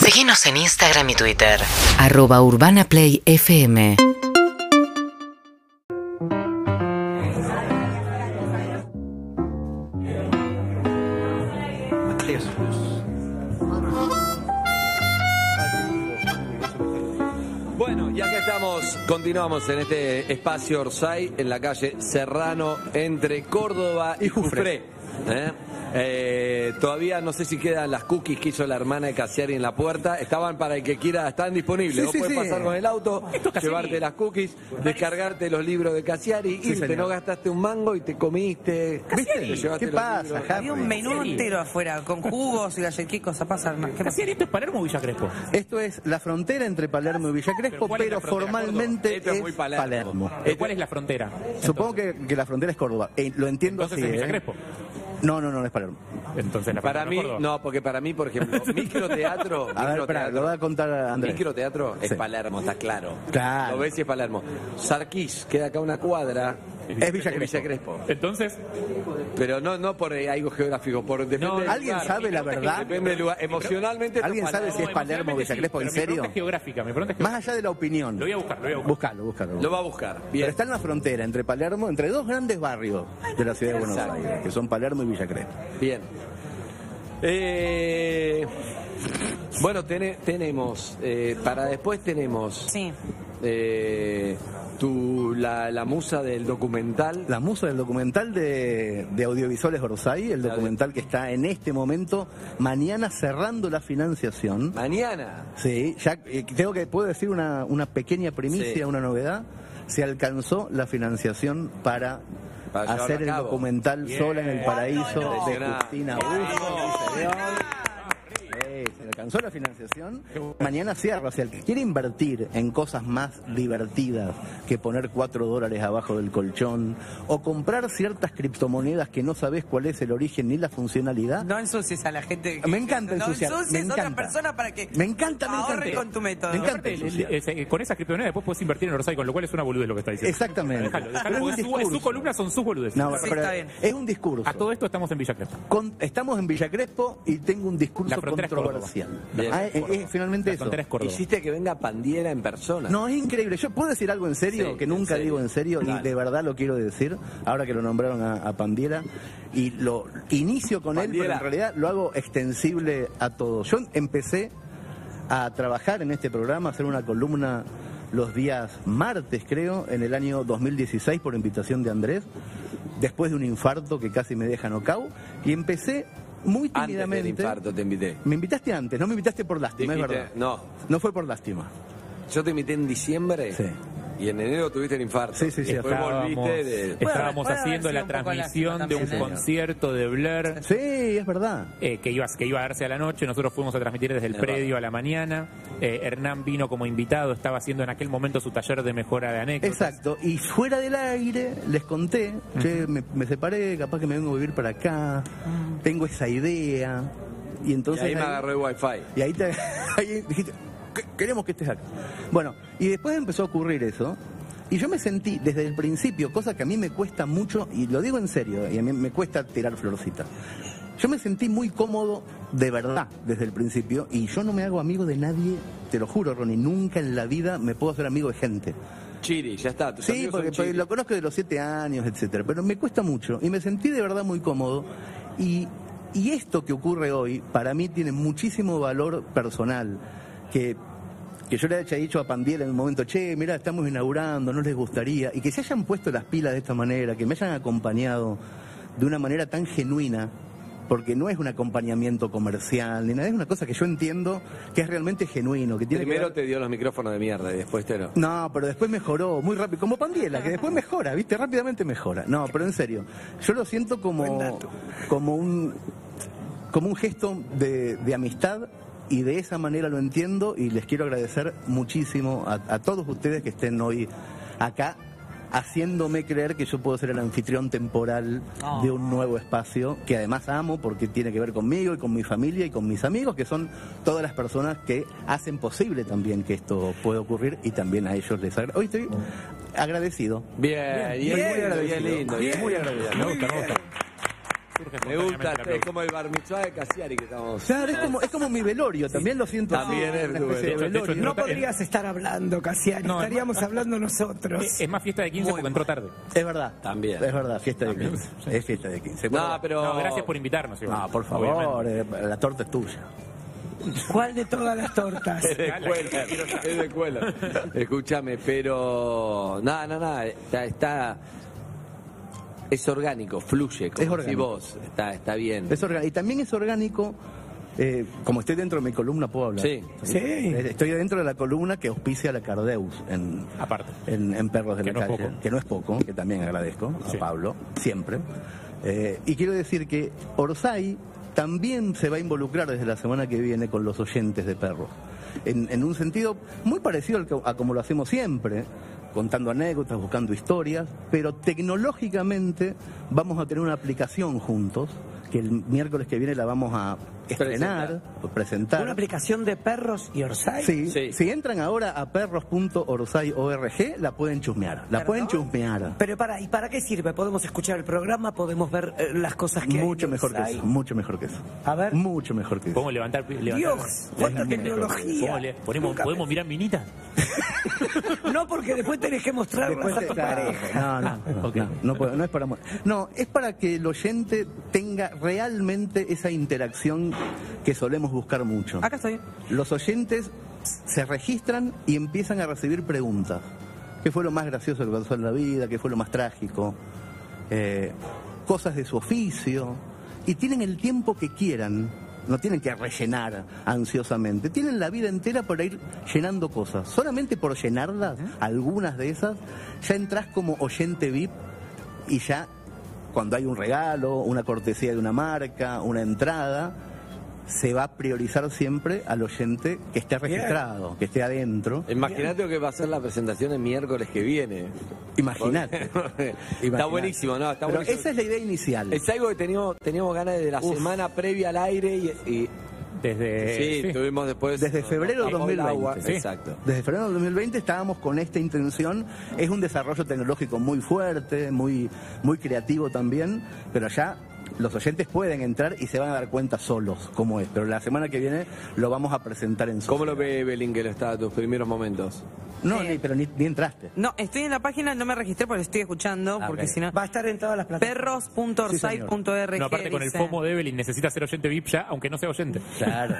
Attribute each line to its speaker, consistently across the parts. Speaker 1: Seguinos en Instagram y Twitter.
Speaker 2: Arroba Urbana Play FM.
Speaker 3: Bueno, y acá estamos, continuamos en este espacio Orsay, en la calle Serrano, entre Córdoba y Jufré. ¿Eh? Eh, todavía no sé si quedan las cookies que hizo la hermana de Casiari en la puerta. Estaban para el que quiera, están disponibles.
Speaker 4: Sí,
Speaker 3: Vos
Speaker 4: sí,
Speaker 3: podés
Speaker 4: sí.
Speaker 3: pasar con el auto, llevarte las cookies, descargarte los libros de Casiari, irte,
Speaker 4: señor.
Speaker 3: no gastaste un mango y te comiste.
Speaker 4: Casiari.
Speaker 3: Te llevaste
Speaker 4: ¿Qué
Speaker 3: los
Speaker 4: pasa,
Speaker 3: libros.
Speaker 4: Harry?
Speaker 5: Había un menú
Speaker 4: Sí.
Speaker 5: entero afuera, con jugos y galletas. ¿Qué cosa pasa? No, ¿Qué pasa?
Speaker 6: Casiari, esto es Palermo o Villa Crespo.
Speaker 4: Esto es la frontera entre Palermo y Villa Crespo,
Speaker 6: ¿Pero cuál
Speaker 4: pero,
Speaker 6: es la frontera,
Speaker 4: formalmente Eh,
Speaker 3: Esto es muy Palermo.
Speaker 6: ¿Pero ¿Cuál es la frontera?
Speaker 4: Supongo que, que la frontera es Córdoba. Eh, lo entiendo
Speaker 6: Entonces es
Speaker 4: así.
Speaker 6: Villa
Speaker 4: ¿eh?
Speaker 6: Crespo.
Speaker 4: No, no, no, no es Palermo.
Speaker 6: Entonces la
Speaker 3: Para mí,
Speaker 6: frontera es Córdoba.
Speaker 3: no, porque para mí, por ejemplo,
Speaker 4: A
Speaker 3: microteatro.
Speaker 4: ver, espera,
Speaker 3: microteatro.
Speaker 4: lo va a contar Andrés.
Speaker 3: Microteatro es
Speaker 4: Sí.
Speaker 3: Palermo, está claro.
Speaker 4: Claro.
Speaker 3: Lo ves y es Palermo. Sarquís, queda acá una cuadra.
Speaker 4: Es Villa Crespo.
Speaker 6: Entonces,
Speaker 3: Pero no, no por eh, algo geográfico, por depende del
Speaker 4: ¿Alguien
Speaker 3: lugar.
Speaker 4: sabe la verdad?
Speaker 3: Depende del lugar. Emocionalmente. esto
Speaker 4: ¿Alguien
Speaker 3: es
Speaker 4: sabe si es
Speaker 3: Palermo.
Speaker 4: Palermo o Villa
Speaker 6: sí,
Speaker 4: Crespo? ¿En
Speaker 6: pero mi pregunta
Speaker 4: serio?
Speaker 6: es geográfica, mi pregunta es
Speaker 4: Más
Speaker 6: geográfica.
Speaker 4: allá de la opinión.
Speaker 6: Lo voy a buscar, lo voy a buscar.
Speaker 4: Búscalo, búscalo.
Speaker 3: Lo va a buscar.
Speaker 4: Pero
Speaker 3: Bien.
Speaker 4: está en la frontera entre Palermo, entre dos grandes barrios de la ciudad de Buenos
Speaker 3: Exacto.
Speaker 4: Aires, que son Palermo y Villa Crespo.
Speaker 3: Bien. Eh, bueno, tene- tenemos. eh, para después tenemos.
Speaker 5: Sí.
Speaker 3: eh, tu, la, la musa del documental.
Speaker 4: La musa del documental de, de Audiovisuales Orsay, el documental que está en este momento, mañana cerrando la financiación.
Speaker 3: Mañana.
Speaker 4: Sí, ya eh, tengo que puedo decir una, una pequeña primicia,
Speaker 3: Sí.
Speaker 4: una novedad. Se alcanzó la financiación para,
Speaker 3: Para llevarlo
Speaker 4: hacer
Speaker 3: a
Speaker 4: el
Speaker 3: cabo.
Speaker 4: documental Sola en el Paraíso de
Speaker 3: Impresionante.
Speaker 4: Justina Busto. Eh, se alcanzó la financiación. Mañana cierra. O sea, el que quiere invertir en cosas más divertidas que poner 4 dólares abajo del colchón o comprar ciertas criptomonedas que no sabes cuál es el origen ni la funcionalidad,
Speaker 5: No ensucies a la gente. que-
Speaker 4: Me encanta
Speaker 5: no
Speaker 4: ensuciar,
Speaker 5: ensucies
Speaker 4: me
Speaker 5: a
Speaker 4: encanta.
Speaker 5: otra persona para que
Speaker 4: Me encanta, me
Speaker 5: ahorre
Speaker 4: encanta.
Speaker 5: con tu método.
Speaker 4: Me encanta.
Speaker 6: Aparte, el- el- ese- con esas criptomonedas después puedes invertir en Orsay, con lo cual es una boludez lo que está diciendo.
Speaker 4: Exactamente.
Speaker 6: Déjalo,
Speaker 4: Pero
Speaker 6: déjalo,
Speaker 4: es un
Speaker 6: porque su,
Speaker 4: discurso.
Speaker 6: su columna son sus boludeces.
Speaker 4: No,
Speaker 5: Sí,
Speaker 4: pero
Speaker 5: está bien.
Speaker 4: es un discurso.
Speaker 6: A todo esto estamos en Villa Crespo.
Speaker 4: Con- estamos en Villa Crespo y tengo un
Speaker 6: La
Speaker 4: discurso
Speaker 6: frontera es Córdoba.
Speaker 4: controversial.
Speaker 6: La
Speaker 4: Ah, es,
Speaker 6: frontera es
Speaker 4: es finalmente
Speaker 6: La
Speaker 4: eso.
Speaker 6: frontera es Córdoba.
Speaker 3: Hiciste que venga Pandiera en persona.
Speaker 4: No, es increíble. Yo puedo decir algo en serio
Speaker 3: Sí,
Speaker 4: que
Speaker 3: en
Speaker 4: nunca
Speaker 3: serio.
Speaker 4: digo en serio y
Speaker 3: Dale.
Speaker 4: de verdad lo quiero decir. Ahora que lo nombraron a, a Pandiela y lo inicio con él,
Speaker 3: Pandiela.
Speaker 4: pero en realidad lo hago extensible a todos. Yo empecé a trabajar en este programa, a hacer una columna los días martes, creo, en el año 2016 por invitación de Andrés, después de un infarto que casi me deja knockout y empecé muy
Speaker 3: Antes del
Speaker 4: tímidamente.
Speaker 3: infarto te invité.
Speaker 4: Me invitaste antes, no me invitaste por lástima,
Speaker 3: Dijiste,
Speaker 4: es verdad.
Speaker 3: no.
Speaker 4: No fue por lástima.
Speaker 3: Yo te invité en diciembre
Speaker 4: Sí.
Speaker 3: y en enero tuviste el infarto.
Speaker 4: Sí, sí, Eh, sí,
Speaker 3: Y después volviste de...
Speaker 5: Bueno,
Speaker 6: estábamos
Speaker 5: puede haber
Speaker 6: haciendo
Speaker 5: sido
Speaker 6: la
Speaker 5: un poco
Speaker 6: transmisión
Speaker 5: lástima
Speaker 6: de un
Speaker 5: también, ¿eh?
Speaker 6: concierto de Blur
Speaker 4: Sí, es verdad.
Speaker 6: eh, que, iba, que iba a darse a la noche. Nosotros fuimos a transmitir desde el
Speaker 3: Verdad.
Speaker 6: predio a la mañana. Eh, Hernán vino como invitado, estaba haciendo en aquel momento su taller de mejora de anécdotas.
Speaker 4: Exacto, y fuera del aire les conté, que me, me separé, capaz que me vengo a vivir para acá, tengo esa idea, y
Speaker 3: Ah. Y
Speaker 4: entonces...
Speaker 3: ahí me agarró el wifi.
Speaker 4: y ahí te- ahí dijiste, "Que- queremos que estés acá. Bueno, y después empezó a ocurrir eso, y yo me sentí desde el principio, cosa que a mí me cuesta mucho, y lo digo en serio, y a mí me cuesta tirar florcita. Yo me sentí muy cómodo de verdad desde el principio y yo no me hago amigo de nadie, te lo juro, Ronnie, nunca en la vida me puedo hacer amigo de gente.
Speaker 3: Chiri, ya está. tus
Speaker 4: Sí,
Speaker 3: amigos son
Speaker 4: porque, porque
Speaker 3: Chiri.
Speaker 4: lo conozco de los siete años, etcétera, pero me cuesta mucho y me sentí de verdad muy cómodo y, y esto que ocurre hoy para mí tiene muchísimo valor personal que que yo le haya dicho a Pandiel en un momento, che, mira, estamos inaugurando, no les gustaría, y que se hayan puesto las pilas de esta manera, que me hayan acompañado de una manera tan genuina, porque no es un acompañamiento comercial, ni nada, es una cosa que yo entiendo que es realmente genuino, que tiene que ver-
Speaker 3: Primero te dio los micrófonos de mierda y después te lo...
Speaker 4: no, pero después mejoró muy rápido, como Pandiela, que después mejora, ¿viste? Rápidamente mejora. No, pero en serio, yo lo siento como, como, un, como un gesto de, de amistad y de esa manera lo entiendo y les quiero agradecer muchísimo a, a todos ustedes que estén hoy acá haciéndome creer que yo puedo ser el anfitrión temporal
Speaker 3: Ah.
Speaker 5: Oh.
Speaker 4: de un nuevo espacio que además amo porque tiene que ver conmigo y con mi familia y con mis amigos, que son todas las personas que hacen posible también que esto pueda ocurrir y también a ellos les agradezco. Hoy estoy agradecido.
Speaker 3: Bien, y es
Speaker 4: Bien,
Speaker 3: muy
Speaker 4: agradecido.
Speaker 3: lindo, y es muy agradecido.
Speaker 6: Me gusta, me gusta. surge
Speaker 3: Me
Speaker 6: espontáneamente
Speaker 3: gusta,
Speaker 6: la
Speaker 3: es
Speaker 6: pregunta.
Speaker 3: como el bar mitzvah de Casiari que estamos.
Speaker 4: Claro, es como, es como mi velorio, también lo siento así,
Speaker 3: También es
Speaker 4: una
Speaker 3: tu
Speaker 4: especie de
Speaker 6: velorio. De hecho, de hecho,
Speaker 4: velorio.
Speaker 7: No podrías estar hablando, Casiari.
Speaker 6: No,
Speaker 7: Estaríamos hablando nosotros.
Speaker 6: Eh,
Speaker 4: Eh,
Speaker 6: Es, es más fiesta de 15 porque entró tarde.
Speaker 4: Es verdad.
Speaker 3: También.
Speaker 4: Es verdad, fiesta de 15. Es fiesta de 15.
Speaker 3: No, pero.
Speaker 6: No, gracias por invitarnos. igual,
Speaker 4: No, por favor,
Speaker 6: obviamente.
Speaker 4: eh, la torta es tuya. eh.
Speaker 7: ¿Cuál de todas las tortas?
Speaker 3: Es de escuela, es de escuela. Escúchame, pero. Nada, nada, nada. Está. está- es orgánico, fluye. Como
Speaker 4: Es orgánico.
Speaker 3: decís vos, está, está bien.
Speaker 4: Es orga- y también es orgánico, eh, como estoy dentro de mi columna, puedo hablar.
Speaker 3: Sí.
Speaker 7: Sí.
Speaker 4: Eh, Estoy dentro de la columna que auspicia la Cardeus en,
Speaker 6: Aparte.
Speaker 4: en, en Perros de
Speaker 6: Que
Speaker 4: la
Speaker 6: no es
Speaker 4: Calle,
Speaker 6: poco.
Speaker 4: que no es poco, que también agradezco a
Speaker 6: Sí.
Speaker 4: Pablo, siempre. Eh, y quiero decir que Orsay también se va a involucrar desde la semana que viene con los oyentes de Perros. En, en un sentido muy parecido al que- a como lo hacemos siempre, contando anécdotas, buscando historias, pero tecnológicamente vamos a tener una aplicación juntos, que el miércoles que viene la vamos a estrenar, presentar.
Speaker 7: ¿Una aplicación de perros y Orsay?
Speaker 4: Sí,
Speaker 3: Sí.
Speaker 4: si entran ahora a perros.orsay.org, la pueden chusmear. La
Speaker 5: ¿Perdón?
Speaker 4: pueden chusmear.
Speaker 7: Pero para, ¿y para qué sirve? ¿Podemos escuchar el programa? ¿Podemos ver eh, las cosas que hay
Speaker 4: Mucho
Speaker 7: en
Speaker 4: mejor que
Speaker 7: Orsay?
Speaker 4: eso, mucho mejor que eso.
Speaker 7: A ver.
Speaker 4: Mucho mejor que eso.
Speaker 6: Podemos levantar. levantar
Speaker 7: Dios, cuánta
Speaker 6: ¿Podemos,
Speaker 7: tecnología.
Speaker 6: le- ponemos-
Speaker 7: Nunca
Speaker 6: ¿podemos mirar minitas?
Speaker 7: pensé. No, porque después tenés que mostrarlas
Speaker 4: Después
Speaker 7: a
Speaker 4: te-
Speaker 7: tu
Speaker 4: claro,
Speaker 7: pareja.
Speaker 4: No, no, no,
Speaker 6: Ok.
Speaker 4: no, no puedo, no es para mu- No, es para que el oyente tenga realmente esa interacción que solemos buscar mucho.
Speaker 5: Acá estoy.
Speaker 4: Los oyentes se registran y empiezan a recibir preguntas. ¿Qué fue lo más gracioso que pasó en la vida? ¿Qué fue lo más trágico? Eh, cosas de su oficio. Y tienen el tiempo que quieran. No tienen que rellenar ansiosamente. Tienen la vida entera para ir llenando cosas. Solamente por llenarlas, algunas de esas, ya entras como oyente VIP y ya cuando hay un regalo, una cortesía de una marca, una entrada, se va a priorizar siempre al oyente que esté registrado, que esté adentro.
Speaker 3: Imagínate lo que va a ser la presentación el miércoles que viene.
Speaker 4: Imagínate.
Speaker 3: Está
Speaker 4: Imaginate.
Speaker 3: buenísimo, ¿no? Está
Speaker 4: Pero
Speaker 3: buenísimo.
Speaker 4: Esa es la idea inicial.
Speaker 3: Es algo que teníamos, teníamos ganas desde la
Speaker 4: Uf. Eh,
Speaker 3: semana previa al aire y, y-
Speaker 6: Desde.
Speaker 3: sí,
Speaker 6: sí.
Speaker 3: tuvimos después
Speaker 4: Desde febrero de
Speaker 3: nos tapó el
Speaker 4: 2020,
Speaker 3: agua.
Speaker 4: sí.
Speaker 3: Exacto.
Speaker 4: Desde febrero del 2020 estábamos con esta intención. Es un desarrollo tecnológico muy fuerte, muy, muy creativo también, pero ya los oyentes pueden entrar y se van a dar cuenta solos cómo es. Pero la semana que viene lo vamos a presentar en
Speaker 3: ¿Cómo
Speaker 4: sociedad.
Speaker 3: lo ve Belín que lo está a tus primeros momentos?
Speaker 4: No, ni, pero ni, ni entraste.
Speaker 5: No, estoy en la página, no me registré porque estoy escuchando,
Speaker 4: Ah,
Speaker 5: porque
Speaker 4: ok.
Speaker 5: si no.
Speaker 7: Va a estar en todas las plataformas.
Speaker 5: Perros.orsay.org.
Speaker 6: No, aparte con el
Speaker 5: dice.
Speaker 6: FOMO de Evelyn, necesita ser oyente VIP ya, aunque no sea oyente.
Speaker 4: Claro.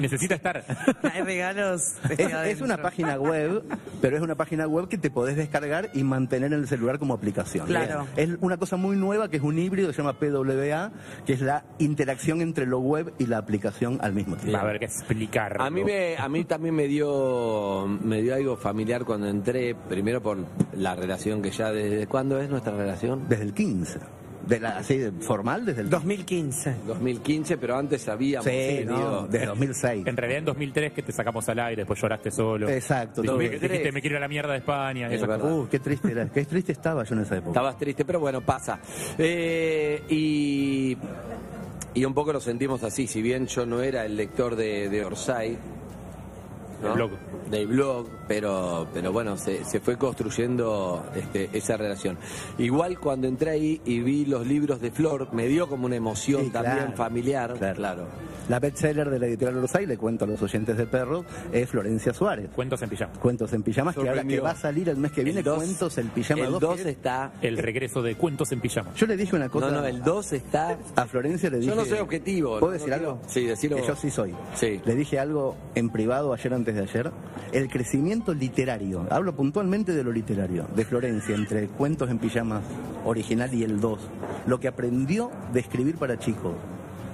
Speaker 6: Necesita estar.
Speaker 5: Hay regalos.
Speaker 4: Es, es una página web, pero es una página web que te podés descargar y mantener en el celular como aplicación.
Speaker 5: Claro.
Speaker 4: Es, es una cosa muy nueva que es un híbrido, se llama PWA, que es la interacción entre lo web y la aplicación al mismo tiempo.
Speaker 6: Va a haber que explicar.
Speaker 3: A mí, me, a mí también me dio, me dio algo familiar cuando entré, primero por la relación que ya desde cuándo es nuestra relación.
Speaker 4: Desde el 15. De la, así, de- formal desde el
Speaker 7: 2015.
Speaker 3: 2015, pero antes habíamos
Speaker 4: Sí, no, eh,
Speaker 3: tenido-
Speaker 4: desde 2006.
Speaker 6: En realidad en 2003 que te sacamos al aire, después lloraste solo.
Speaker 4: Exacto,
Speaker 6: Dijiste,
Speaker 3: 2003.
Speaker 6: dijiste, me quiero ir a la mierda de España.
Speaker 3: Es
Speaker 6: esas
Speaker 3: verdad.
Speaker 6: cosas.
Speaker 4: Uh, qué triste era, qué triste estaba yo en esa época.
Speaker 3: Estabas triste, pero bueno, pasa. Eh, y, y un poco lo sentimos así, si bien yo no era el lector de, de Orsay.
Speaker 6: Del blog.
Speaker 3: Del blog, pero, pero bueno, se, se fue construyendo este, esa relación. Igual cuando entré ahí y vi los libros de Flor, me dio como una emoción
Speaker 4: Sí,
Speaker 3: también
Speaker 4: claro,
Speaker 3: familiar. Claro.
Speaker 4: claro. La bestseller de la editorial Orsay, le cuento a los oyentes de Perro, es Florencia Suárez.
Speaker 6: Cuentos en pijama.
Speaker 4: Cuentos en pijamas, que ahora que
Speaker 3: Sorprendió.
Speaker 4: va a salir el mes que viene,
Speaker 3: El dos-
Speaker 4: Cuentos en pijama
Speaker 3: El
Speaker 4: 2.
Speaker 3: 2 está.
Speaker 6: El regreso de Cuentos en pijama.
Speaker 4: Yo le dije una cosa.
Speaker 3: No, no, el 2 está.
Speaker 4: A Florencia le dije.
Speaker 3: Yo no soy objetivo,
Speaker 4: ¿Puedo
Speaker 3: no
Speaker 4: decir
Speaker 3: quiero-
Speaker 4: algo?
Speaker 3: Sí, decilo
Speaker 4: Que
Speaker 3: vos.
Speaker 4: yo sí soy.
Speaker 3: Sí.
Speaker 4: Le dije algo en privado ayer antes de ayer. El crecimiento literario. Hablo puntualmente de lo literario. De Florencia, entre Cuentos en Pijamas original y el 2. Lo que aprendió de escribir para chicos.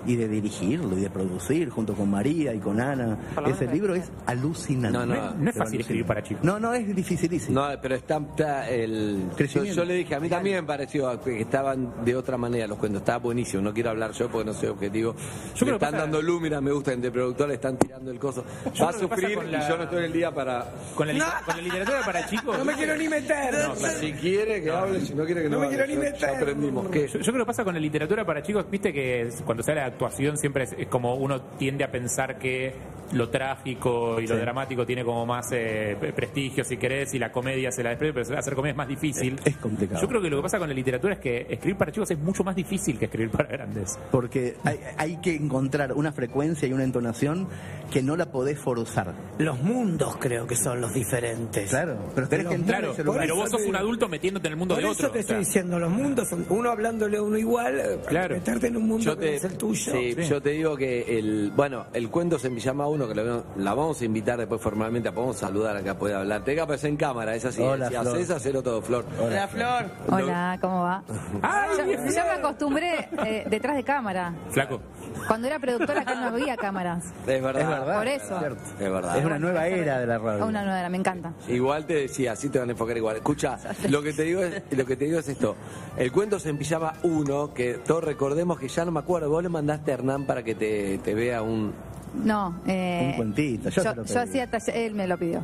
Speaker 4: Y de dirigirlo y de producir junto con María y con Ana. Ese libro es alucinante.
Speaker 3: No, no, no es
Speaker 4: Ah, Pero
Speaker 6: fácil escribir para chicos.
Speaker 4: No, no, es dificilísimo.
Speaker 3: No, pero está, está el... Yo,
Speaker 4: Este. Crecimiento.
Speaker 3: yo le dije, a mí también me pareció que estaban de otra manera los cuentos. Estaba buenísimo, no quiero hablar yo porque no soy objetivo.
Speaker 6: Yo
Speaker 3: me
Speaker 6: creo que
Speaker 3: están
Speaker 6: pasa-
Speaker 3: dando lúmina, me gusta, entre productores están tirando el coso. Va a
Speaker 6: creo que pasa
Speaker 3: sufrir
Speaker 6: con la-
Speaker 3: y yo no estoy el día para...
Speaker 6: Con la, li- con la literatura para chicos.
Speaker 7: No me quiero ni meter.
Speaker 3: Si quiere que hable, si no quiere que no,
Speaker 7: No me
Speaker 3: hable.
Speaker 7: quiero ni
Speaker 3: Ya- ya
Speaker 7: meter.
Speaker 3: aprendimos. ¿Qué?
Speaker 6: Yo, yo creo que pasa con la literatura para chicos, viste que es- cuando se habla de actuación siempre es, es como uno tiende a pensar que lo trágico y lo
Speaker 4: Sí.
Speaker 6: dramático tiene como más eh, pre- prestigio, si querés, y la comedia se la desprecia, pero hacer comedia es más difícil.
Speaker 4: Es- es complicado.
Speaker 6: Yo creo que lo que pasa con la literatura es que escribir para chicos es mucho más difícil que escribir para grandes.
Speaker 4: Porque hay, hay que encontrar una frecuencia y una entonación que no la podés forzar.
Speaker 7: Los mundos creo que son los diferentes.
Speaker 4: Claro, pero tenés que entrar
Speaker 6: Claro,
Speaker 4: en ese lugar.
Speaker 6: pero vos
Speaker 7: eso
Speaker 6: sos
Speaker 7: te
Speaker 6: un
Speaker 7: digo.
Speaker 6: adulto metiéndote en el mundo
Speaker 7: Por
Speaker 6: de
Speaker 7: eso
Speaker 6: otro.
Speaker 7: te
Speaker 6: o sea.
Speaker 7: estoy diciendo, los mundos son uno hablándole a uno igual, eh, para
Speaker 6: Claro.
Speaker 7: meterte en un mundo
Speaker 3: Yo
Speaker 7: que no
Speaker 3: te,
Speaker 7: es el tuyo.
Speaker 3: sí,
Speaker 6: Sí.
Speaker 3: yo te digo que el bueno, el cuento se me llama uno que lo- la vamos a invitar después formalmente, la podemos saludar acá, puede hablar. Tenga aparecer en cámara, es así.
Speaker 4: Hola,
Speaker 3: si
Speaker 4: Flor.
Speaker 3: haces, hacelo todo, Flor.
Speaker 5: La flor.
Speaker 8: Hola, ¿cómo va?
Speaker 6: ¡Ay,
Speaker 8: Yo,
Speaker 6: bien,
Speaker 8: yo me acostumbré eh, detrás de cámara.
Speaker 6: Flaco.
Speaker 8: Cuando era productora acá no había cámaras.
Speaker 3: Es verdad.
Speaker 4: Es verdad.
Speaker 8: Por eso.
Speaker 4: Es, cierto.
Speaker 3: Es verdad.
Speaker 4: Es una nueva era de la
Speaker 8: A
Speaker 4: radio.
Speaker 8: una nueva, me encanta.
Speaker 3: Igual te decía, así te van a enfocar igual. Escucha, lo que te digo es, lo que te digo es esto. El cuento se empillaba uno, que todos recordemos que ya no me acuerdo, vos le mandaste a Hernán para que te, te vea un
Speaker 8: No, eh,
Speaker 4: Un cuentito, yo
Speaker 8: Yo,
Speaker 4: se lo
Speaker 8: yo
Speaker 4: pedí.
Speaker 8: hacía talle- él me lo pidió.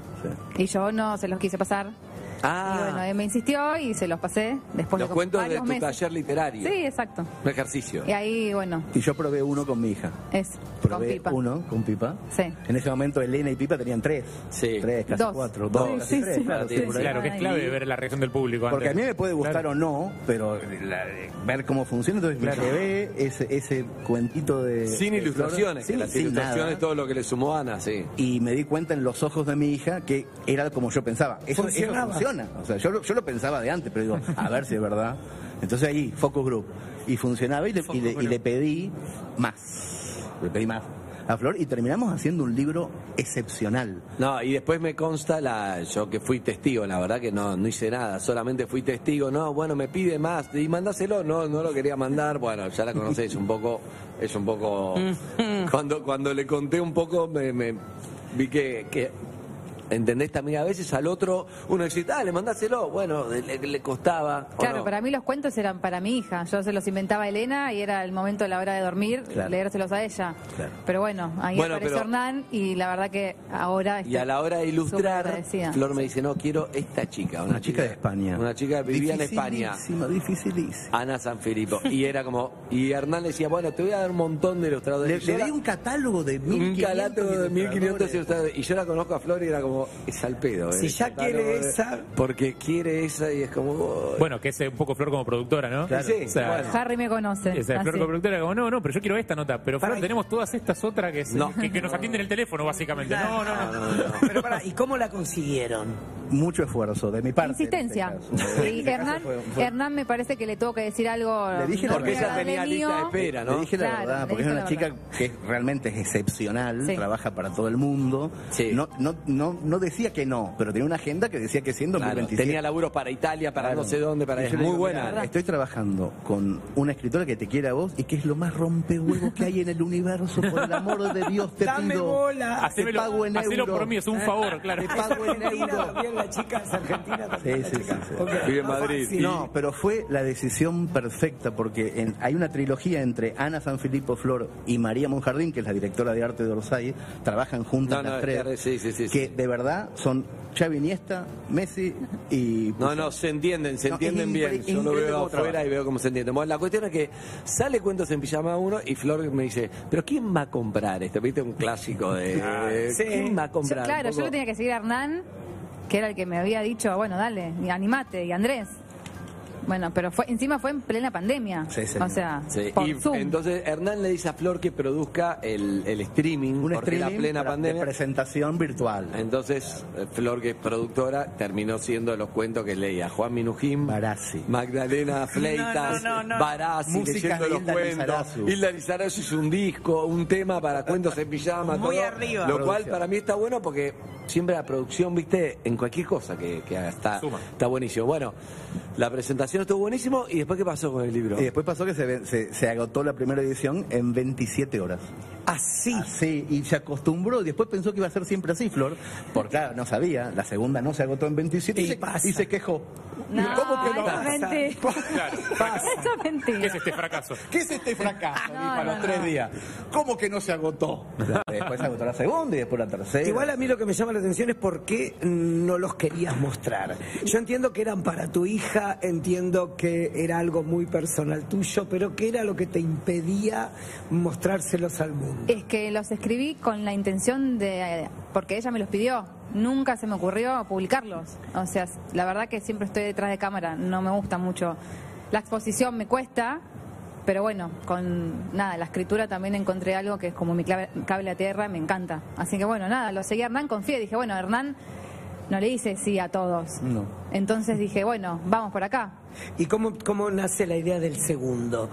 Speaker 8: Y yo no se los quise pasar.
Speaker 3: Ah.
Speaker 8: Y bueno, él me insistió y se los pasé después
Speaker 3: los
Speaker 8: de
Speaker 3: cuentos de
Speaker 8: varios
Speaker 3: tu
Speaker 8: meses.
Speaker 3: taller literario.
Speaker 8: Sí, exacto.
Speaker 3: Un ejercicio.
Speaker 8: Y ahí, bueno,
Speaker 4: Y yo probé uno con mi hija.
Speaker 8: es con
Speaker 4: Probé
Speaker 8: pipa.
Speaker 4: uno con pipa.
Speaker 8: Sí.
Speaker 4: En ese momento Elena y Pipa tenían tres.
Speaker 3: Sí.
Speaker 4: Tres, casi
Speaker 8: Dos.
Speaker 4: cuatro.
Speaker 8: Dos.
Speaker 4: Dos, casi
Speaker 8: Sí, sí,
Speaker 4: tres.
Speaker 8: sí.
Speaker 4: claro,
Speaker 3: Sí,
Speaker 4: sí, por ahí.
Speaker 6: Claro, que es clave ver la reacción del público.
Speaker 4: Porque a
Speaker 6: antes.
Speaker 4: mí me puede gustar
Speaker 6: Claro.
Speaker 4: o no, pero la- ver cómo funciona, entonces
Speaker 6: Claro.
Speaker 4: me llevé ese, ese cuentito de...
Speaker 3: Sin
Speaker 4: de Flor.
Speaker 3: ilustraciones, que
Speaker 4: Sí,
Speaker 3: las
Speaker 4: sin
Speaker 3: ilustraciones,
Speaker 4: nada.
Speaker 3: todo lo que le sumó Ana, sí.
Speaker 4: Y me di cuenta en los ojos de mi hija que era como yo pensaba. Eso, eso
Speaker 7: Funcionaba.
Speaker 4: funciona. O sea, yo, lo- yo lo pensaba de antes, pero digo, a ver si es verdad. Entonces ahí, focus group. Y funcionaba y le, y le- y le pedí más. Le pedí más a Flor y terminamos haciendo un libro excepcional.
Speaker 3: No, y después me consta, la, yo que fui testigo, la verdad que no, no hice nada, solamente fui testigo, no, bueno, me pide más, y mandáselo, no, no lo quería mandar, bueno, ya la conocéis un poco, es un poco, cuando, cuando le conté un poco, me, me- vi que, que, ¿entendés también? A veces al otro, uno dice, ah, le mandáselo, bueno, le, le costaba. ¿o
Speaker 8: Claro,
Speaker 3: no?
Speaker 8: para mí los cuentos eran para mi hija. Yo se los inventaba a Elena y era el momento de la hora de dormir
Speaker 4: Claro.
Speaker 8: leérselos a ella.
Speaker 4: Claro.
Speaker 8: Pero bueno, ahí
Speaker 3: Bueno,
Speaker 8: apareció
Speaker 3: pero-
Speaker 8: Hernán y la verdad que ahora
Speaker 3: Y a la hora de ilustrar,
Speaker 8: agradecida.
Speaker 3: Flor me dice, no, quiero esta chica.
Speaker 4: Una chica de España.
Speaker 3: Una chica que vivía en España.
Speaker 4: Dificilísima, dificilísima.
Speaker 3: Ana Sanfilippo. Y era como, y Hernán le decía, bueno, te voy a dar un montón
Speaker 4: Le,
Speaker 3: de ilustradores. Y yo
Speaker 4: le di
Speaker 3: era-
Speaker 4: un catálogo de 1500
Speaker 3: un calato de 1500
Speaker 4: ilustradores.
Speaker 3: ilustradores. Y yo la conozco a Flor y era como, es al pedo.
Speaker 7: Si
Speaker 3: eh,
Speaker 7: ya
Speaker 3: catálogo
Speaker 7: quiere
Speaker 3: de-
Speaker 7: esa-
Speaker 3: Porque quiere esa y es como... oh.
Speaker 6: Bueno, que es eh, un poco Flor como productora, ¿no?
Speaker 3: Claro. Sí,
Speaker 6: O sea,
Speaker 3: bueno.
Speaker 8: Harry me conoce.
Speaker 6: Esa es
Speaker 8: así.
Speaker 6: Flor como productora como, no, no, pero yo quiero esta nota. Pero Flor,
Speaker 7: Ay.
Speaker 6: tenemos todas estas otras que, se-
Speaker 3: No.
Speaker 6: que, que nos atienden el teléfono, básicamente. No, no, no.
Speaker 7: Pero pará, ¿y cómo la consiguieron?
Speaker 4: Mucho esfuerzo de mi parte.
Speaker 8: Insistencia.
Speaker 4: en este caso. En
Speaker 8: Y
Speaker 4: este caso
Speaker 8: Hernán,
Speaker 4: fue- fue-
Speaker 8: Hernán me parece que le tuvo que decir algo.
Speaker 4: Le dije
Speaker 8: no
Speaker 4: la
Speaker 3: porque
Speaker 8: muy
Speaker 4: verdad.
Speaker 3: ella
Speaker 8: agradable
Speaker 3: tenía lista de
Speaker 8: mío.
Speaker 3: espera, ¿no?
Speaker 4: Le dije la
Speaker 8: Claro,
Speaker 4: verdad,
Speaker 8: le
Speaker 4: porque es
Speaker 8: dije
Speaker 4: una
Speaker 8: la
Speaker 4: chica
Speaker 8: verdad.
Speaker 4: que es- realmente es excepcional,
Speaker 8: Sí.
Speaker 4: trabaja para todo el mundo.
Speaker 3: Sí.
Speaker 4: No, no, no, no decía que no, pero tenía una agenda que decía que siendo
Speaker 3: Claro,
Speaker 4: 2027.
Speaker 3: tenía laburos para Italia, para
Speaker 4: Claro.
Speaker 3: no sé dónde, para...
Speaker 4: Y
Speaker 3: Es
Speaker 4: yo le
Speaker 3: muy
Speaker 4: digo, mira,
Speaker 3: buena.
Speaker 4: Estoy trabajando con una escritora que te quiere a vos y que es lo más rompehuevo que hay en el universo. Por el amor de Dios, te
Speaker 7: Dame
Speaker 4: pido.
Speaker 7: bola.
Speaker 6: Hacémelo,
Speaker 4: pago en
Speaker 6: hacelo
Speaker 4: euro.
Speaker 6: por mí, es un favor, claro.
Speaker 4: Te pago en
Speaker 7: Argentina
Speaker 4: euro.
Speaker 7: también, la chica es argentina también.
Speaker 4: Sí,
Speaker 7: la
Speaker 4: sí,
Speaker 7: chica.
Speaker 4: sí, sí.
Speaker 7: Ok,
Speaker 3: Vive en
Speaker 7: no
Speaker 3: Madrid.
Speaker 7: fácil.
Speaker 4: No, pero fue la decisión perfecta porque en- hay una trilogía entre Ana Sanfilippo Flor y María Monjardín, que es la directora de arte de Orsay, trabajan juntas
Speaker 3: No, no,
Speaker 4: las tres,
Speaker 3: es que- sí, sí, sí,
Speaker 4: que
Speaker 3: sí.
Speaker 4: de verdad son Xavi Iniesta, Messi y...
Speaker 3: No, no, se entienden, se
Speaker 4: No,
Speaker 3: entienden
Speaker 4: es
Speaker 3: bien.
Speaker 4: impre-
Speaker 3: Yo lo
Speaker 4: increíble
Speaker 3: veo
Speaker 4: cómo
Speaker 3: afuera
Speaker 4: trabaja.
Speaker 3: y veo cómo se entienden. Bueno, la cuestión es que sale Cuentos en Pijama uno y Flor me dice, pero ¿quién va a comprar esto? ¿Viste un clásico de...
Speaker 4: Ah,
Speaker 3: de-
Speaker 7: sí.
Speaker 3: ¿Quién va a
Speaker 8: Yo,
Speaker 3: comprar? Un
Speaker 8: claro, yo
Speaker 3: poco-
Speaker 8: lo tenía que seguir a Hernán, que era el que me había dicho, bueno, dale, y animate, y Andrés. Bueno, pero fue encima fue en plena pandemia.
Speaker 4: Sí, señor.
Speaker 8: O sea,
Speaker 3: Sí,
Speaker 8: por
Speaker 3: y
Speaker 8: Zoom.
Speaker 3: entonces Hernán le dice a Flor que produzca el, el streaming,
Speaker 4: Un
Speaker 3: porque
Speaker 4: streaming
Speaker 3: era plena
Speaker 4: para- de
Speaker 3: pandemia.
Speaker 4: presentación virtual.
Speaker 3: Entonces, eh, Flor, que es productora, terminó siendo los cuentos que leía Juan Minujín,
Speaker 4: Barassi.
Speaker 3: Magdalena Fleitas,
Speaker 5: no, no.
Speaker 3: Barassi,
Speaker 4: Música
Speaker 3: leyendo
Speaker 4: de
Speaker 3: los
Speaker 4: Hilda
Speaker 3: cuentos.
Speaker 4: Lizarazu.
Speaker 3: Hilda Lizarazu hizo un disco, un tema para cuentos en pijama,
Speaker 5: Muy
Speaker 3: todo,
Speaker 5: arriba.
Speaker 3: Lo cual
Speaker 4: Producción.
Speaker 3: para mí está bueno porque siempre la producción, viste, en cualquier cosa que, que haga, está,
Speaker 6: Suma.
Speaker 3: está buenísimo. Bueno, la presentación estuvo buenísimo y después, ¿qué pasó con el libro?
Speaker 4: Y después pasó que se, ve- se- se agotó la primera edición en 27 horas.
Speaker 7: Así.
Speaker 4: Así, y se acostumbró. Después pensó que iba a ser siempre así, Flor. Porque, claro, no sabía. La segunda no se agotó en 27 y,
Speaker 7: Y
Speaker 4: se,
Speaker 7: pasa.
Speaker 4: y se quejó.
Speaker 8: No, eso es mentira.
Speaker 6: Claro, fracaso.
Speaker 8: Eso es mentira.
Speaker 6: ¿Qué es este fracaso?
Speaker 4: ¿Qué es este fracaso?
Speaker 8: Ah, No,
Speaker 4: Dijo a los
Speaker 8: no,
Speaker 4: tres
Speaker 8: no.
Speaker 4: días. ¿Cómo que no se agotó? Después se agotó la segunda y después la tercera.
Speaker 7: Igual a mí lo que me llama la atención es por qué no los querías mostrar. Yo entiendo que eran para tu hija, entiendo que era algo muy personal tuyo, pero ¿qué era lo que te impedía mostrárselos al mundo? pregunta.
Speaker 8: Es que los escribí con la intención de... porque ella me los pidió. Nunca se me ocurrió publicarlos. O sea, la verdad que siempre estoy detrás de cámara. No me gusta mucho. La exposición me cuesta, pero bueno, con nada, la escritura también encontré algo que es como mi clave- cable a tierra, me encanta. Así que bueno, nada, lo seguí a Hernán, confié. Dije, bueno, Hernán no le dice sí a todos.
Speaker 4: No.
Speaker 8: Entonces dije, bueno, vamos por acá.
Speaker 7: ¿Y cómo, cómo nace la idea del segundo?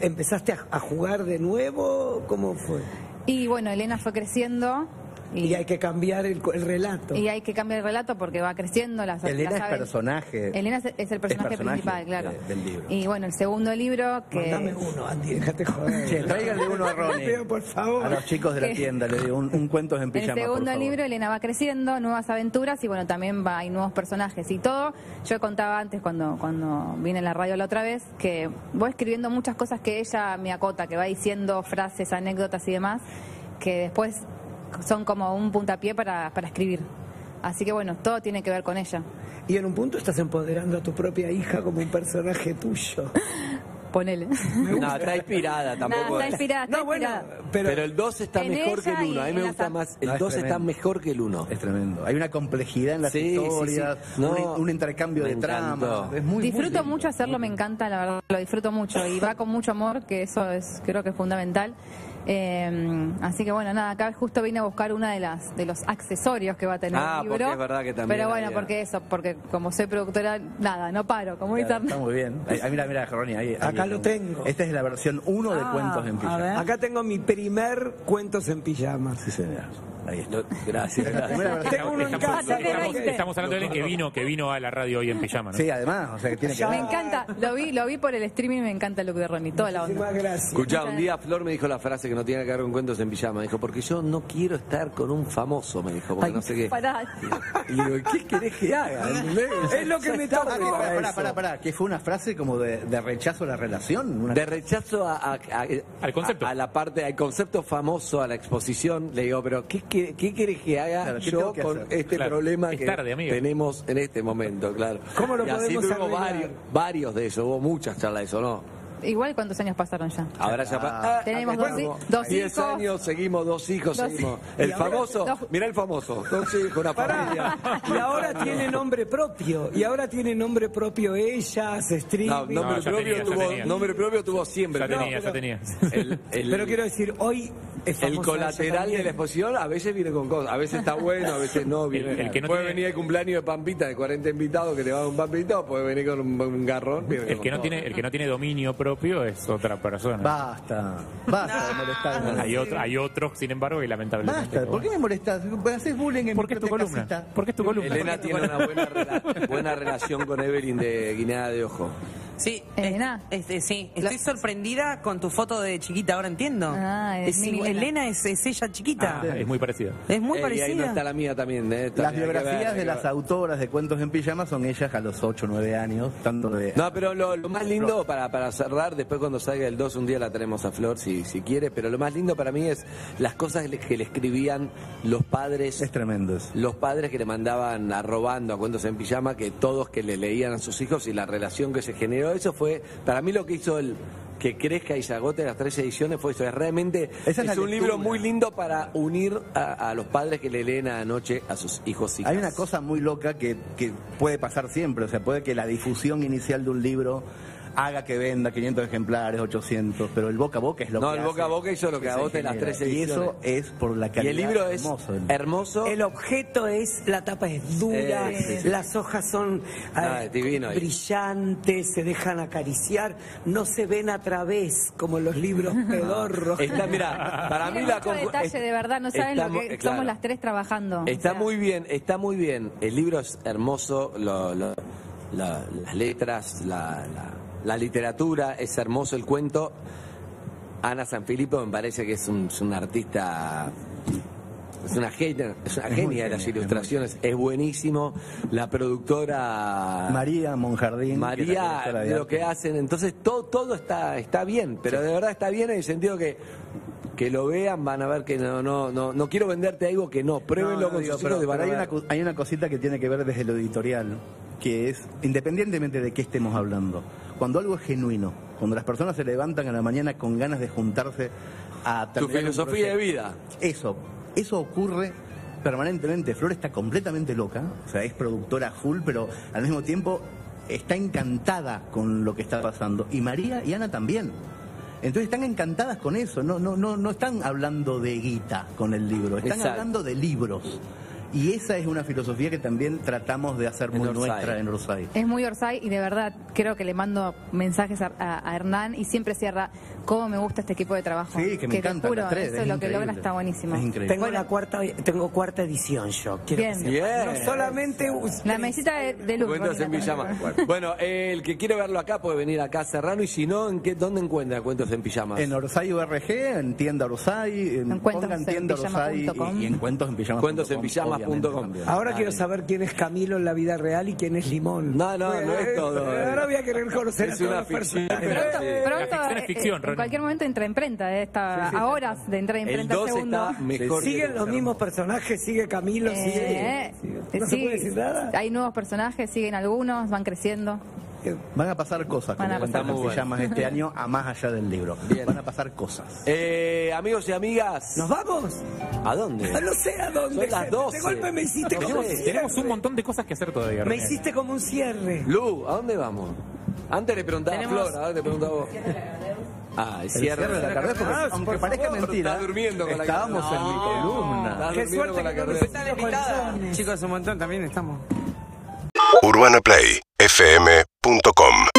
Speaker 7: ¿Empezaste a, a jugar de nuevo? ¿Cómo fue?
Speaker 8: Y bueno, Elena fue creciendo.
Speaker 7: Y, hay que cambiar el, co- el relato.
Speaker 8: Y hay que cambiar el relato porque va creciendo las
Speaker 4: Elena
Speaker 8: las
Speaker 4: es
Speaker 8: aven-
Speaker 4: personaje.
Speaker 8: Elena es, es el personaje,
Speaker 4: personaje
Speaker 8: principal, claro.
Speaker 4: de- del libro.
Speaker 8: Y bueno, el segundo libro que
Speaker 7: Mandame uno, Andy, déjate joder.
Speaker 4: Che, tráiganle uno a Ronnie.
Speaker 7: Pero, por favor.
Speaker 4: A los chicos de la
Speaker 8: ¿Qué?
Speaker 4: tienda, le digo, un, un cuento en
Speaker 8: el
Speaker 4: pijama. por
Speaker 8: segundo
Speaker 4: favor.
Speaker 8: libro Elena va creciendo, nuevas aventuras y bueno, también va hay nuevos personajes y todo. Yo contaba antes cuando cuando vine a la radio la otra vez que voy escribiendo muchas cosas que ella me acota, que va diciendo frases, anécdotas y demás que después son como un puntapié para, para escribir. Así que bueno, todo tiene que ver con ella.
Speaker 7: Y en un punto estás empoderando a tu propia hija como un personaje tuyo.
Speaker 8: Ponele.
Speaker 3: No, está inspirada tampoco.
Speaker 8: Nada, está
Speaker 3: es.
Speaker 8: inspirada, está
Speaker 7: No, bueno,
Speaker 8: inspirada.
Speaker 3: Pero,
Speaker 7: pero,
Speaker 3: el 2 está
Speaker 8: En
Speaker 3: mejor que
Speaker 8: ella
Speaker 3: el 1.
Speaker 8: y
Speaker 3: A mí
Speaker 8: en
Speaker 3: me
Speaker 8: las
Speaker 3: gusta
Speaker 8: am-
Speaker 3: más. El
Speaker 4: No, es
Speaker 3: 2 está
Speaker 4: tremendo. Eh,
Speaker 3: mejor que el 1.
Speaker 4: Es tremendo. Hay una complejidad en las
Speaker 3: Sí, sí, sí.
Speaker 4: historias,
Speaker 3: No,
Speaker 4: un, un intercambio de
Speaker 3: me
Speaker 4: tramas.
Speaker 3: encantó.
Speaker 4: Es muy, muy
Speaker 8: disfruto
Speaker 4: lindo.
Speaker 8: mucho hacerlo, me encanta, la verdad, lo disfruto mucho y va con mucho amor, que eso es creo que es fundamental. Eh, así que bueno, nada, acá justo vine a buscar una de las de los accesorios que va a tener
Speaker 3: Ah,
Speaker 8: el libro.
Speaker 3: porque es verdad que también
Speaker 8: Pero bueno,
Speaker 3: había-
Speaker 8: porque eso, porque como soy productora, nada, no paro, como dice
Speaker 4: Claro,
Speaker 8: Hernán.
Speaker 4: Está muy bien. Ahí- ahí, mira, mira, Ronnie. ahí- ahí
Speaker 7: Acá lo tengo.
Speaker 4: Esta es la versión 1 de
Speaker 5: Ah,
Speaker 4: Cuentos en
Speaker 5: a
Speaker 4: Pijama.
Speaker 5: ver.
Speaker 7: acá tengo mi primer Cuentos en Pijama.
Speaker 4: Sí, señor. Ahí está.
Speaker 3: Lo- gracias,
Speaker 4: La primera
Speaker 3: gracias.
Speaker 4: versión.
Speaker 7: Tengo uno en
Speaker 6: Estamos,
Speaker 7: casa.
Speaker 8: Saqué
Speaker 6: estamos-
Speaker 8: 20.
Speaker 6: estamos hablando de alguien que vino, que vino a la radio hoy en pijama, ¿no?
Speaker 4: Sí, además, o sea que tiene que
Speaker 8: Me
Speaker 4: ver.
Speaker 8: encanta, lo vi, lo vi por el streaming, me encanta el look de Ronnie, toda la onda.
Speaker 7: Muchísimas gracias.
Speaker 3: Escuchá, un día Flor me dijo la frase que no tiene que ver con cuentos en pijama. Dijo, porque yo no quiero estar con un famoso, me dijo, porque no sé qué.
Speaker 8: Pará.
Speaker 3: Y digo, ¿qué querés que haga?
Speaker 7: Es lo que me
Speaker 4: Ah, que-
Speaker 7: tocó.
Speaker 4: pará, pará, pará, pará, que fue una frase como de, de rechazo a la relación. una-
Speaker 3: De rechazo a, a- a-
Speaker 6: Al concepto.
Speaker 3: A, a la parte, al concepto famoso, a la exposición, le digo, pero ¿qué, qué, qué querés que haga
Speaker 4: Claro, ¿qué
Speaker 3: yo
Speaker 4: tengo que
Speaker 3: con
Speaker 4: hacer?
Speaker 3: este
Speaker 6: Claro,
Speaker 3: problema
Speaker 6: es
Speaker 3: que
Speaker 6: tarde, amigo.
Speaker 3: tenemos en este momento? Claro.
Speaker 7: ¿Cómo lo
Speaker 3: y así
Speaker 7: podemos
Speaker 3: tuvimos
Speaker 7: arreglar?
Speaker 3: varios, varios de eso, hubo muchas charlas de eso, ¿no?
Speaker 8: Igual cuántos años pasaron ya.
Speaker 3: Ahora ya
Speaker 4: Ah.
Speaker 3: pa- Ah,
Speaker 8: Tenemos
Speaker 3: acá
Speaker 8: dos
Speaker 3: estamos.
Speaker 8: hi- dos
Speaker 3: Diez
Speaker 8: hijos.
Speaker 3: años, seguimos dos hijos,
Speaker 8: Dos
Speaker 3: seguimos.
Speaker 8: hijos.
Speaker 3: El
Speaker 7: Y ahora-
Speaker 3: famoso,
Speaker 8: dos-
Speaker 3: mira el famoso, dos hijos, una familia.
Speaker 7: Pará. Y ahora tiene nombre propio. Y ahora tiene nombre propio ella, se
Speaker 3: No,
Speaker 7: streaming.
Speaker 3: nombre,
Speaker 6: No, ya
Speaker 3: propio
Speaker 6: tenía, ya
Speaker 3: tuvo,
Speaker 6: tenía.
Speaker 3: nombre propio tuvo siempre.
Speaker 6: Ya
Speaker 3: pero-
Speaker 6: tenía, ya tenía.
Speaker 3: El- el-
Speaker 7: Pero quiero decir, hoy es
Speaker 3: El
Speaker 7: famosa ella
Speaker 3: colateral
Speaker 7: también.
Speaker 3: de la exposición a veces viene con cosas, a veces está bueno, a veces no. Viene,
Speaker 6: El- el que no
Speaker 3: puede
Speaker 6: tiene-
Speaker 3: venir el cumpleaños de Pampita de 40 invitados que te va a dar un Pampita, puede venir con un, un garrón. viene
Speaker 6: El
Speaker 3: con
Speaker 6: que no
Speaker 3: todo.
Speaker 6: tiene, el que no tiene dominio propio es otra persona.
Speaker 4: Basta, basta de molestarme.
Speaker 6: Hay, otro- hay otros, sin embargo, que lamentablemente.
Speaker 4: Basta, ¿por qué me molestas? Haces bullying en
Speaker 6: Porque es tu columna. Porque es tu columna.
Speaker 3: Elena tiene una buena, rela- buena relación con Evelyn de Guinea de Ojo.
Speaker 5: Sí,
Speaker 8: Elena.
Speaker 5: es- este, sí, estoy sorprendida con tu foto de chiquita, ahora entiendo.
Speaker 8: Ah, es
Speaker 5: Es
Speaker 8: mini
Speaker 5: igual-
Speaker 8: Elena.
Speaker 5: Elena es, es ella chiquita.
Speaker 6: Ah, es muy parecido.
Speaker 5: Es muy
Speaker 3: Eh, Y ahí no
Speaker 5: parecida.
Speaker 3: está la mía también. eh, también
Speaker 4: Las
Speaker 3: hay que ver,
Speaker 4: biografías
Speaker 3: hay
Speaker 4: de
Speaker 3: que
Speaker 4: las
Speaker 3: ver.
Speaker 4: autoras de Cuentos en Pijama son ellas a los 8 o 9 años, tanto de...
Speaker 3: No, pero lo, lo más lindo para, para cerrar, después cuando salga el 2, un día la tenemos a Flor si, si quiere, pero lo más lindo para mí es las cosas le- que le escribían los padres
Speaker 4: Es tremendo eso.
Speaker 3: los padres que le mandaban arrobando a cuentos en pijama, que todos que le leían a sus hijos y la relación que se generó, eso fue, para mí lo que hizo el que crezca y se agote las tres ediciones fue eso, es realmente,
Speaker 4: Esa es
Speaker 3: es,
Speaker 4: la lectura.
Speaker 3: un libro muy lindo para unir a, a los padres que le leen anoche a sus hijos. e hijas.
Speaker 4: Hay una cosa muy loca que, que puede pasar siempre, o sea, puede que la difusión inicial de un libro haga que venda 500 ejemplares, 800, pero el boca a boca es lo
Speaker 3: No,
Speaker 4: que
Speaker 3: el boca a
Speaker 4: hace
Speaker 3: boca hizo lo que
Speaker 4: se
Speaker 3: agote las
Speaker 4: genera.
Speaker 3: tres ediciones.
Speaker 4: Y eso es por la calidad
Speaker 3: y el libro es
Speaker 4: hermoso.
Speaker 3: hermoso.
Speaker 4: del-
Speaker 7: El objeto es, la tapa es dura,
Speaker 3: Eh, sí, sí.
Speaker 7: las hojas son
Speaker 3: Ah,
Speaker 7: eh,
Speaker 3: es divino ahí.
Speaker 7: brillantes, se dejan acariciar, no se ven a través como los libros pedorros.
Speaker 3: Está, mira, para mí
Speaker 8: Tiene
Speaker 3: la
Speaker 8: mucho
Speaker 3: conju-
Speaker 8: detalle, de verdad, no saben
Speaker 3: está
Speaker 8: lo
Speaker 3: mu-
Speaker 8: que
Speaker 3: eh,
Speaker 8: somos
Speaker 3: claro.
Speaker 8: las tres trabajando. o
Speaker 3: Está
Speaker 8: sea.
Speaker 3: muy bien, está muy bien. El libro es hermoso, lo- lo- la- las letras, la, la- la literatura, es hermoso el cuento. Ana Sanfilippo me parece que es un, es un artista, es una genia, es una
Speaker 4: muy
Speaker 3: genia de
Speaker 4: genia, es
Speaker 3: las
Speaker 4: muy
Speaker 3: ilustraciones, es buenísimo. La productora
Speaker 4: María Monjardín. que es la
Speaker 3: María,
Speaker 4: directora de
Speaker 3: de lo
Speaker 4: arte.
Speaker 3: que hacen. Entonces todo, todo está, está bien, pero de verdad está bien en el sentido que que lo vean, van a ver que no, no, no, no quiero venderte algo que no, pruébenlo
Speaker 4: No, no,
Speaker 3: con
Speaker 4: digo,
Speaker 3: sus
Speaker 4: pero-
Speaker 3: hijos y van
Speaker 4: pero
Speaker 3: a
Speaker 4: hay,
Speaker 3: ver.
Speaker 4: una, co- hay una cosita que tiene que ver desde lo editorial, que es, independientemente de qué estemos hablando, cuando algo es genuino, cuando las personas se levantan a la mañana con ganas de juntarse a
Speaker 3: Tu
Speaker 4: terminar un
Speaker 3: filosofía de
Speaker 4: proyecto.
Speaker 3: vida.
Speaker 4: Eso, eso ocurre permanentemente. Flor está completamente loca, o sea, es productora full, pero al mismo tiempo está encantada con lo que está pasando. Y María y Ana también. Entonces están encantadas con eso, no, no, no, no están hablando de guita con el libro, están
Speaker 3: Exacto.
Speaker 4: hablando de libros. Y esa es una filosofía que también tratamos de hacer
Speaker 3: En
Speaker 4: muy
Speaker 3: Orsay.
Speaker 4: nuestra en Rosay.
Speaker 8: Es muy Orsay y de verdad creo que le mando mensajes a, a- a Hernán y siempre cierra cómo me gusta este equipo de trabajo.
Speaker 4: Sí, que me
Speaker 8: te
Speaker 4: encanta,
Speaker 8: juro,
Speaker 4: las tres,
Speaker 8: eso
Speaker 4: es
Speaker 8: lo que
Speaker 4: increíble.
Speaker 8: logran está buenísimo.
Speaker 4: Es increíble.
Speaker 7: Tengo, la cuarta, tengo cuarta edición yo. quiero que
Speaker 8: Bien.
Speaker 7: sepan.
Speaker 3: Bien.
Speaker 7: No solamente...
Speaker 8: La mesita de, de luz.
Speaker 3: Cuentos en
Speaker 8: Bonita,
Speaker 3: pijama.
Speaker 8: también.
Speaker 3: Bueno, eh, el que quiere verlo acá puede venir acá a Serrano y si no, ¿en qué, ¿dónde encuentra Cuentos en Pijamas?
Speaker 4: En Orsay URG, en tienda Orsay, en,
Speaker 8: En cuentos
Speaker 4: pongan
Speaker 8: en
Speaker 4: tienda Orsay
Speaker 8: pijama.com.
Speaker 4: y, y en cuentos en pijamas.
Speaker 3: Cuentos en pijamas punto com.
Speaker 7: Ahora quiero saber quién es Camilo en la vida real y quién es Limón. Eh,
Speaker 3: No, no, no es todo. eh.
Speaker 7: Ahora voy a querer conocer
Speaker 3: Es
Speaker 7: a todos
Speaker 3: una
Speaker 7: los
Speaker 3: ficción.
Speaker 7: personajes.
Speaker 8: Pronto,
Speaker 3: Sí.
Speaker 8: pronto,
Speaker 6: La ficción es
Speaker 8: eh,
Speaker 6: ficción,
Speaker 8: eh, en
Speaker 6: Ronnie.
Speaker 8: cualquier momento entra imprenta, eh, está a horas de entrar
Speaker 3: El
Speaker 8: imprenta
Speaker 3: 2
Speaker 8: segundo.
Speaker 3: está mejor. que
Speaker 7: Siguen
Speaker 3: el
Speaker 7: los
Speaker 3: tercero.
Speaker 7: mismos personajes, sigue Camilo,
Speaker 8: Eh,
Speaker 7: sigue.
Speaker 8: eh,
Speaker 7: No se
Speaker 8: sí,
Speaker 7: puede decir nada.
Speaker 8: Hay nuevos personajes, siguen algunos, van creciendo.
Speaker 4: Van a pasar cosas con
Speaker 8: Van a
Speaker 4: Cuentos
Speaker 3: pasar
Speaker 4: en
Speaker 3: muy bueno.
Speaker 4: pijamas este año, a más allá del libro.
Speaker 3: Bien.
Speaker 4: Van a pasar cosas.
Speaker 3: Eh, amigos y amigas,
Speaker 7: ¿Nos vamos? Ah,
Speaker 3: ¿a dónde?
Speaker 7: No sé a dónde.
Speaker 3: Son las
Speaker 7: gente.
Speaker 3: 12.
Speaker 7: De golpe me hiciste
Speaker 3: No
Speaker 7: como
Speaker 3: sé,
Speaker 7: un cierre.
Speaker 6: Tenemos un montón de cosas que hacer todavía.
Speaker 7: Me
Speaker 6: René.
Speaker 7: hiciste como un cierre.
Speaker 3: Lu, ¿a dónde vamos? Antes le preguntaba
Speaker 5: Tenemos-
Speaker 3: a Flor, ahora te preguntaba vos. Ah, el
Speaker 4: El
Speaker 3: cierre de la carrera.
Speaker 4: porque
Speaker 3: Ah,
Speaker 4: aunque
Speaker 3: por
Speaker 4: parezca
Speaker 3: favor,
Speaker 4: mentira,
Speaker 3: está durmiendo con la
Speaker 4: estábamos
Speaker 3: carrera.
Speaker 4: en mi
Speaker 3: No.
Speaker 4: columna.
Speaker 3: Estás
Speaker 7: Qué
Speaker 3: durmiendo
Speaker 7: suerte
Speaker 3: con la
Speaker 7: que no
Speaker 3: carrera.
Speaker 7: nos están invitada.
Speaker 5: Chicos, un montón también estamos.
Speaker 9: UrbanaPlayFM.com